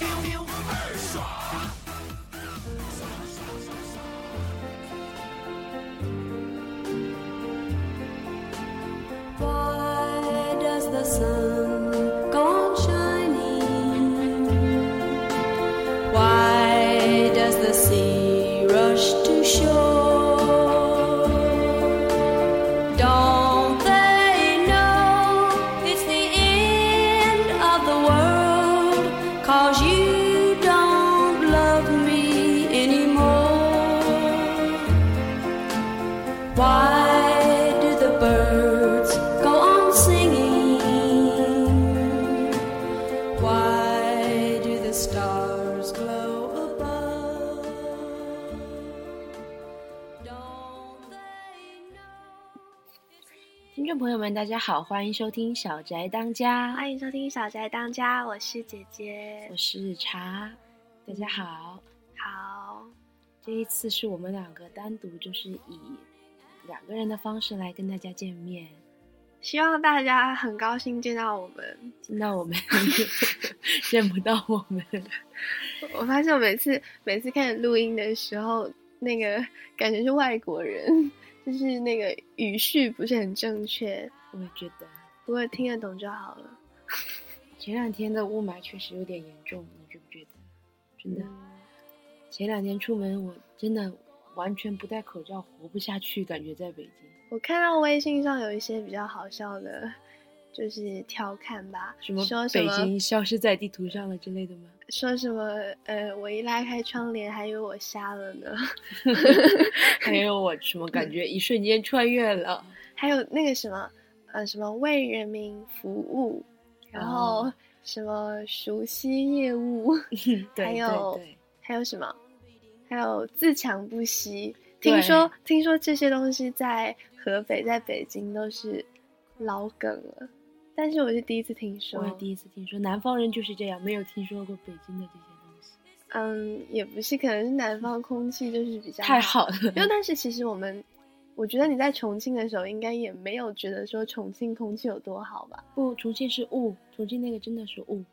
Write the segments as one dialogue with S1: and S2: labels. S1: ，feel feel 倍儿爽。
S2: Why does the sun go on shining? Why does the sea rush to shore? Don't they know it's the end of the world? Cause you don't love me anymore. Why do the birds go on singing? Why do the stars glow above? Don't they know?
S3: 听众朋友们，大家好，欢迎收听《小宅当家》，
S4: 欢迎收听《小宅当家》，我是姐姐
S3: 我。是茶，大家好。
S4: 好，
S3: 这一次是我们两个单独，就是以两个人的方式来跟大家见面。
S4: 希望大家很高兴见到我们。
S3: 见到我们， 见不到我们，
S4: 我我发现我每次每次开始录音的时候，那个感觉是外国人，就是那个语序不是很正确，
S3: 我也觉得
S4: 不过听得懂就好了。
S3: 前两天的雾霾确实有点严重，你觉不觉得？真的，
S4: 嗯
S3: 前两天出门我真的完全不戴口罩活不下去，感觉在北京
S4: 我看到微信上有一些比较好笑的，就是调侃吧，
S3: 什么
S4: 说什
S3: 北
S4: 么
S3: 京消失在地图上了之类的吗？
S4: 说什么呃，我一拉开窗帘，还以为我瞎了呢。
S3: 还有我什么
S4: 嗯
S3: 感觉一瞬间穿越了？
S4: 还有那个什么，呃，什么为人民服务，然后
S3: 哦
S4: 什么熟悉业务，
S3: 对
S4: 还有
S3: 对对
S4: 还有什么，还有自强不息。
S3: 对
S4: 听说听说这些东西在河北、在北京都是老梗了，但是我是第一次听说
S3: 我。也第一次听说，南方人就是这样，没有听说过北京的这些东西，
S4: 嗯，也不是，可能是南方空气就是比较
S3: 太好了。
S4: 因为但是其实我们，我觉得你在重庆的时候，应该也没有觉得说重庆空气有多好吧？
S3: 不，重庆是雾，重庆那个真的是雾，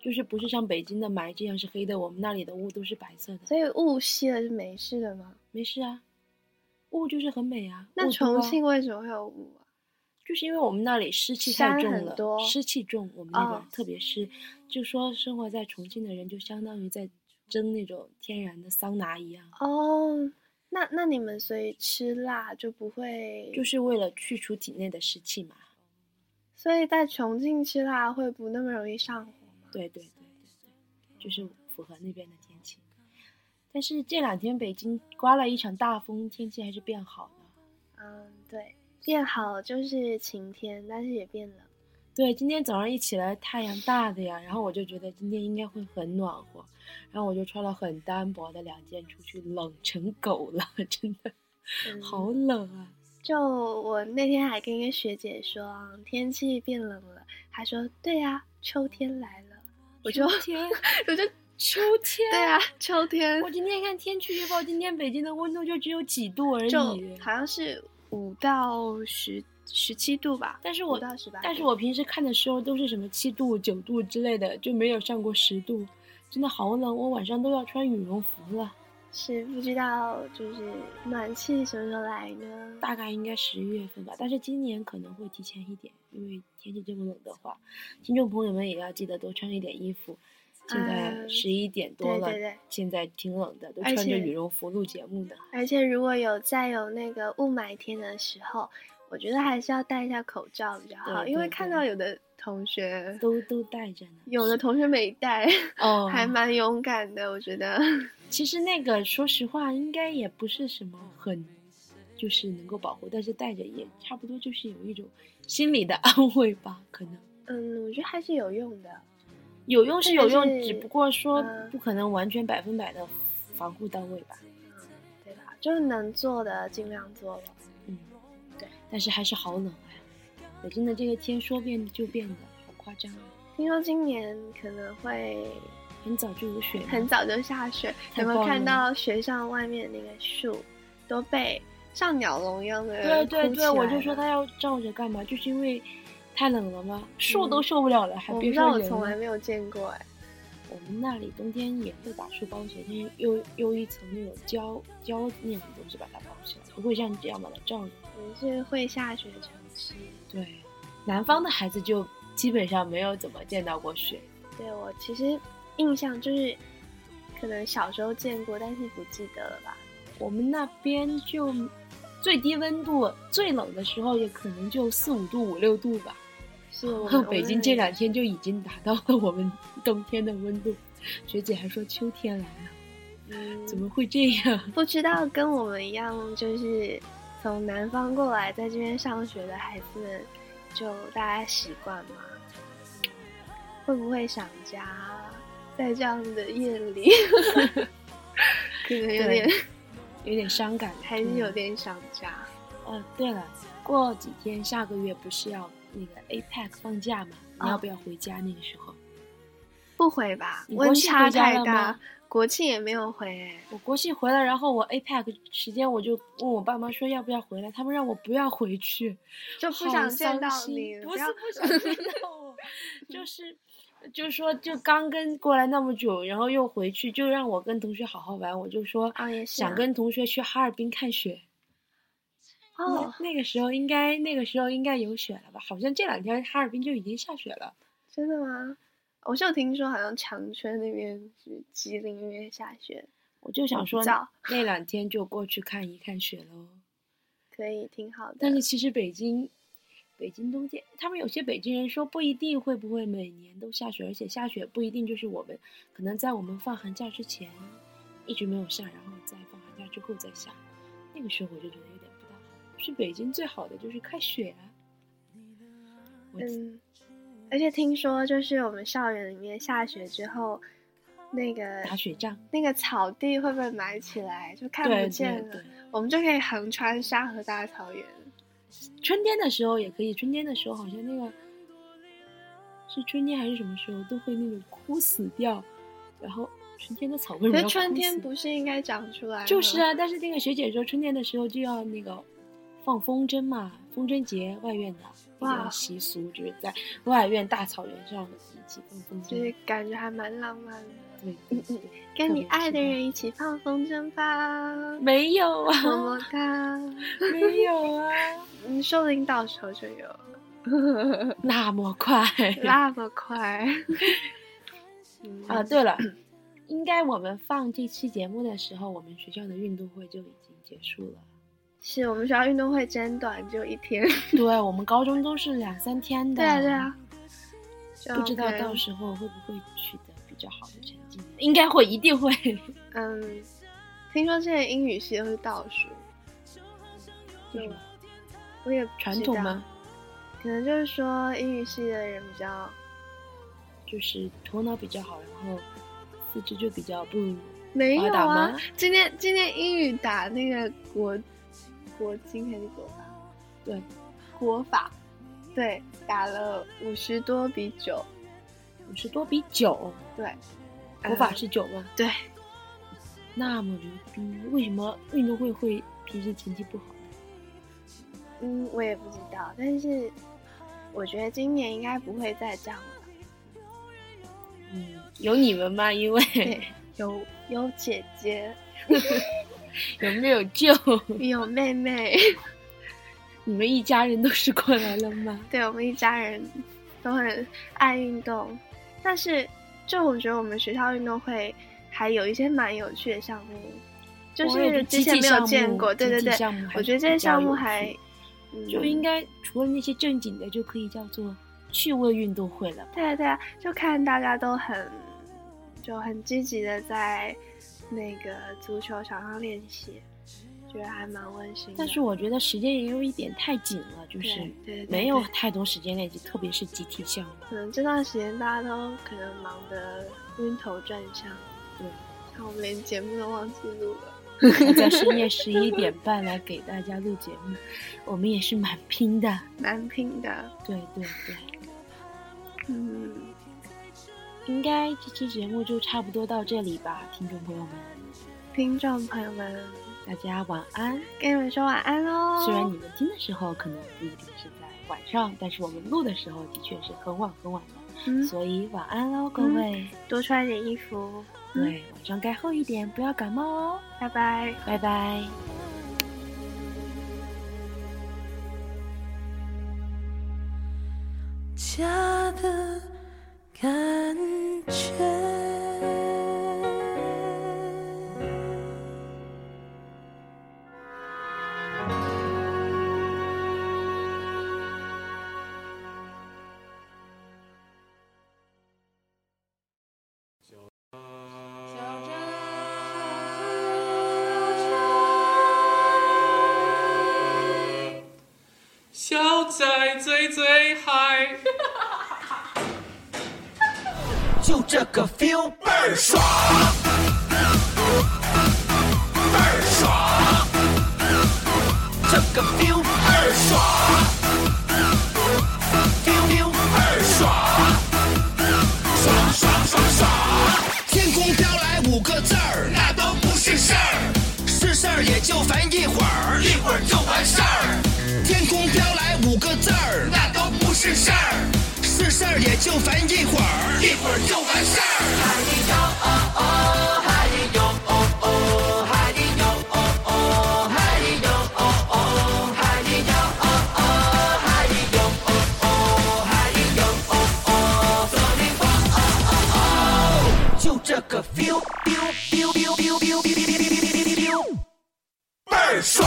S3: 就是不是像北京的霾这样是黑的，我们那里的雾都是白色的。
S4: 所以雾吸了是没事的吗？
S3: 没事啊，雾就是很美啊。雾
S4: 那
S3: 多
S4: 重
S3: 啊
S4: 庆为什么会有雾啊？
S3: 就是因为我们那里湿气
S4: 山
S3: 太重
S4: 很
S3: 了
S4: 多，
S3: 湿气重，我们那边、
S4: 哦
S3: 特别湿。就说生活在重庆的人，就相当于在蒸那种天然的桑拿一样，
S4: 哦，那那你们所以吃辣就不会，
S3: 就是为了去除体内的湿气嘛。
S4: 所以在重庆吃辣会不那么容易上火吗？
S3: 对对对对对，就是符合那边的天气。但是这两天北京刮了一场大风，天气还是变好了。
S4: 嗯，对，变好就是晴天，但是也变冷。
S3: 对，今天早上一起来太阳大的呀，然后我就觉得今天应该会很暖和，然后我就穿了很单薄的两件出去，冷成狗了， 真的
S4: 嗯
S3: 好冷啊！
S4: 就我那天还跟一个学姐说天气变冷了，她说对啊，秋天来了。我就
S3: 秋 天，
S4: 我就
S3: 秋天，
S4: 对啊，秋天
S3: 我今天看天气预报，今天北京的温度就只有几度而
S4: 就
S3: 已。
S4: 好像是五到十十七度吧，
S3: 但是
S4: 五
S3: 我
S4: 到十八。
S3: 但是我平时看的时候都是什么七度、九度之类的，就没有上过十度，真的好冷，我晚上都要穿羽绒服了。
S4: 是不知道就是暖气什么时候来呢？
S3: 大概应该十月份吧，但是今年可能会提前一点，因为天气这么冷的话，听众朋友们也要记得多穿一点衣服。现在
S4: 嗯
S3: 十一点多了，
S4: 对对
S3: 现在挺冷的，都
S4: 而
S3: 穿着
S4: 且
S3: 羽绒服录节目呢。
S4: 而且如果有再有那个雾霾天的时候，我觉得还是要戴一下口罩比较好，
S3: 对
S4: 因为
S3: 对
S4: 看
S3: 对
S4: 到有的同学，
S3: 都都带着呢。
S4: 有的同学没戴，
S3: 哦，
S4: 还蛮勇敢的，我觉 得。
S3: 其实那个说实话，应该也不是什么很，就是能够保护，但是戴着也差不多， 就是有一种心理的安慰吧，可能。
S4: 嗯，我觉得还是有用的。
S3: 有用是有用，
S4: 但是
S3: 只不过说
S4: 嗯
S3: 不可能完全百分百的防护到位吧。
S4: 对吧？就是能做的尽量做了。
S3: 嗯，对，但是还是好冷哎呀！北京的这个天说变就变的，好夸张啊！
S4: 听说今年可能会
S3: 很早就有雪了，
S4: 很早就下雪，
S3: 太
S4: 有没
S3: 棒了
S4: 有看到学校外面那个树都被像鸟笼一样的
S3: 对对
S4: 铺起
S3: 对，我就
S4: 来
S3: 说
S4: 了
S3: 它要罩着干嘛？就是因为太冷了吗？树
S4: 嗯
S3: 都受不了了，还
S4: 我不
S3: 别
S4: 知
S3: 说
S4: 道，我
S3: 人
S4: 从
S3: 了
S4: 来没有见过哎、
S3: 我们那里冬天也会把树包起来，但是又又一层那种胶胶那种东西把它包起来，不会像这样把它罩着。
S4: 我们是会下雪的城市。
S3: 对，南方的孩子就基本上没有怎么见到过雪。
S4: 对我其实印象就是，可能小时候见过，但是不记得了吧？
S3: 我们那边就最低温度，最冷的时候也可能就四五度、五六度吧。
S4: 是 我们
S3: 北京这两天就已经达到了我们冬天的温度，学姐还说秋天来了，
S4: 嗯
S3: 怎么会这样？
S4: 不知道跟我们一样，就是从南方过来在这边上学的孩子们，就大家习惯吗？会不会想家？在这样的夜 里， 可能有点，
S3: 有点伤感，
S4: 还是
S3: 嗯
S4: 有点想家。
S3: 哦，对了，过几天下个月不是要那个 APEC 放假吗？你
S4: 哦
S3: 要不要回家？那个时候，
S4: 不回吧，
S3: 你
S4: 温
S3: 国庆
S4: 差
S3: 回家
S4: 太
S3: 了
S4: 大
S3: 吗。
S4: 国庆也没有回哎、
S3: 我国庆回来，然后我 APEC 时间我就问我爸妈说要不要回来，他们让我不要回去，
S4: 就不想见到你，
S3: 不是
S4: 要
S3: 不想 见到我，就是。就说就刚跟过来那么久，然后又回去，就让我跟同学好好玩。我就说
S4: 啊也是
S3: 想
S4: 啊
S3: 跟同学去哈尔滨看雪。
S4: 哦，
S3: 那那个时候应该那个时候应该有雪了吧？好像这两天哈尔滨就已经下雪了。
S4: 真的吗？我是有听说，好像长春那边是吉林那边下雪，
S3: 我就想说
S4: 知道
S3: 那两天就过去看一看雪喽。
S4: 可以挺好的。
S3: 但是其实北京，北京冬天，他们有些北京人说不一定会不会每年都下雪，而且下雪不一定就是我们可能在我们放寒假之前一直没有下，然后在放寒假之后再下，那个时候我就觉得有点不大好。去北京最好的就是看雪啊。我
S4: 嗯，而且听说就是我们校园里面下雪之后，那个
S3: 打雪仗，
S4: 那个草地会被埋起来，就看
S3: 对
S4: 不
S3: 对
S4: 见了，
S3: 对，
S4: 我们就可以横穿沙河大草原。
S3: 春天的时候也可以，春天的时候好像那个是春天还是什么时候都会那种枯死掉，然后春天的草为什
S4: 可
S3: 么
S4: 是
S3: 要
S4: 春
S3: 枯
S4: 天
S3: 死
S4: 不是应该长出来吗？
S3: 就是啊，但是那个学姐说，春天的时候就要那个放风筝嘛，风筝节外院的一
S4: 哇
S3: 个习俗，就是在外院大草原上一起放风
S4: 就是
S3: 筝。
S4: 感觉还蛮浪漫的。
S3: 对，
S4: 嗯嗯跟你爱的人一起放风筝 吧，
S3: 没有啊，
S4: 么么哒。
S3: 没有啊，
S4: 嗯，收领导时候就有 了，
S3: 那么快
S4: 那么 快。嗯
S3: 啊！对了，应该我们放这期节目的时候，我们学校的运动会就已经结束了。
S4: 是我们学校运动会真短，只有一 天。
S3: 对我们高中都是两三天的，
S4: 对啊，对啊。。
S3: 哦不知道
S4: 就
S3: 到
S4: 跟
S3: 时候会不会取得比较好的成绩，应该会，一 定会。
S4: 嗯，听说现在英语系都是倒数，
S3: 为什么
S4: 我也不
S3: 传
S4: 知
S3: 统
S4: 道
S3: 吗？？
S4: 可能就是说英语系的人比较
S3: 就是头脑比较好，然后四肢就比较不
S4: 没有
S3: 好打
S4: 啊
S3: 吗。
S4: 今天今天英语打那个国国金还是国法？
S3: 对，
S4: 国法，对，打了五十多比九，
S3: 五十多比九，
S4: 对，
S3: 头
S4: 呃
S3: 发是九吗？
S4: 嗯对，
S3: 那么牛逼，为什么运动会会平时成绩不好呢？
S4: 嗯，我也不知道，但是我觉得今年应该不会再这样 了。
S3: 嗯，有你们吗？因为
S4: 对，有有姐姐，
S3: 有没有救？
S4: 有妹妹，
S3: 你们一家人都是过来了吗？
S4: 对我们一家人都很爱运动，但是就我觉得我们学校运动会还有一些蛮有趣的项目，就
S3: 我也觉
S4: 是
S3: 得
S4: 之
S3: 集
S4: 前
S3: 体
S4: 没
S3: 项
S4: 有
S3: 目
S4: 见过，对对
S3: 集体
S4: 对
S3: 项目，还
S4: 我觉得这些
S3: 比较
S4: 项目
S3: 有
S4: 还嗯
S3: 趣就应该除了那些正经的，就可以叫做趣味运动会了吧？
S4: 对啊对啊，就看大家都很就很积极的在那个足球场上练习，就觉得还蛮温馨的。
S3: 但是我觉得时间也有一点太紧了，就
S4: 对
S3: 是
S4: 对对
S3: 没有
S4: 对
S3: 太多时间练习，特别是集体项目。
S4: 可能这段时间大家都可能忙得晕头转向，
S3: 对，
S4: 像我们连节目都忘记录了。
S3: 还在深夜十一点半来给大家录节目，我们也是蛮拼的。
S4: 蛮拼的，
S3: 对对对，
S4: 嗯，
S3: 应该这期节目就差不多到这里吧，听众朋友们，
S4: 听众朋友们，
S3: 大家晚安。
S4: 跟你们说晚安喽。
S3: 虽然你们听的时候可能不一定是在晚上，但是我们录的时候的确是很晚很晚的，
S4: 嗯，
S3: 所以晚安喽，各
S4: 嗯
S3: 位。
S4: 多穿点衣服，
S3: 对，晚上盖厚一点，不要感冒哦。
S4: 拜拜。
S3: 拜拜。
S2: 家的感觉。
S5: 小仔最最嗨。
S1: 就这个 feel 倍儿爽，倍儿爽，这个 feel 倍儿爽，feel feel 倍儿爽，爽爽爽爽。天空飘来五个字儿，那都不是事儿，是事儿也就烦一会儿，一会儿就完事儿。天空飘来五个字儿，那都不是事儿，是事儿也就烦一会儿，一会儿就完事儿。嗨哟哦哦，嗨哟哦哦，嗨哟哦哦，嗨哟哦哦，嗨哟哦哦，嗨哟哦哦，嗨哟哦哦，所以我哦哦哦，就这个 feel feel feel feel feel feel feel feel feel feel，倍儿爽。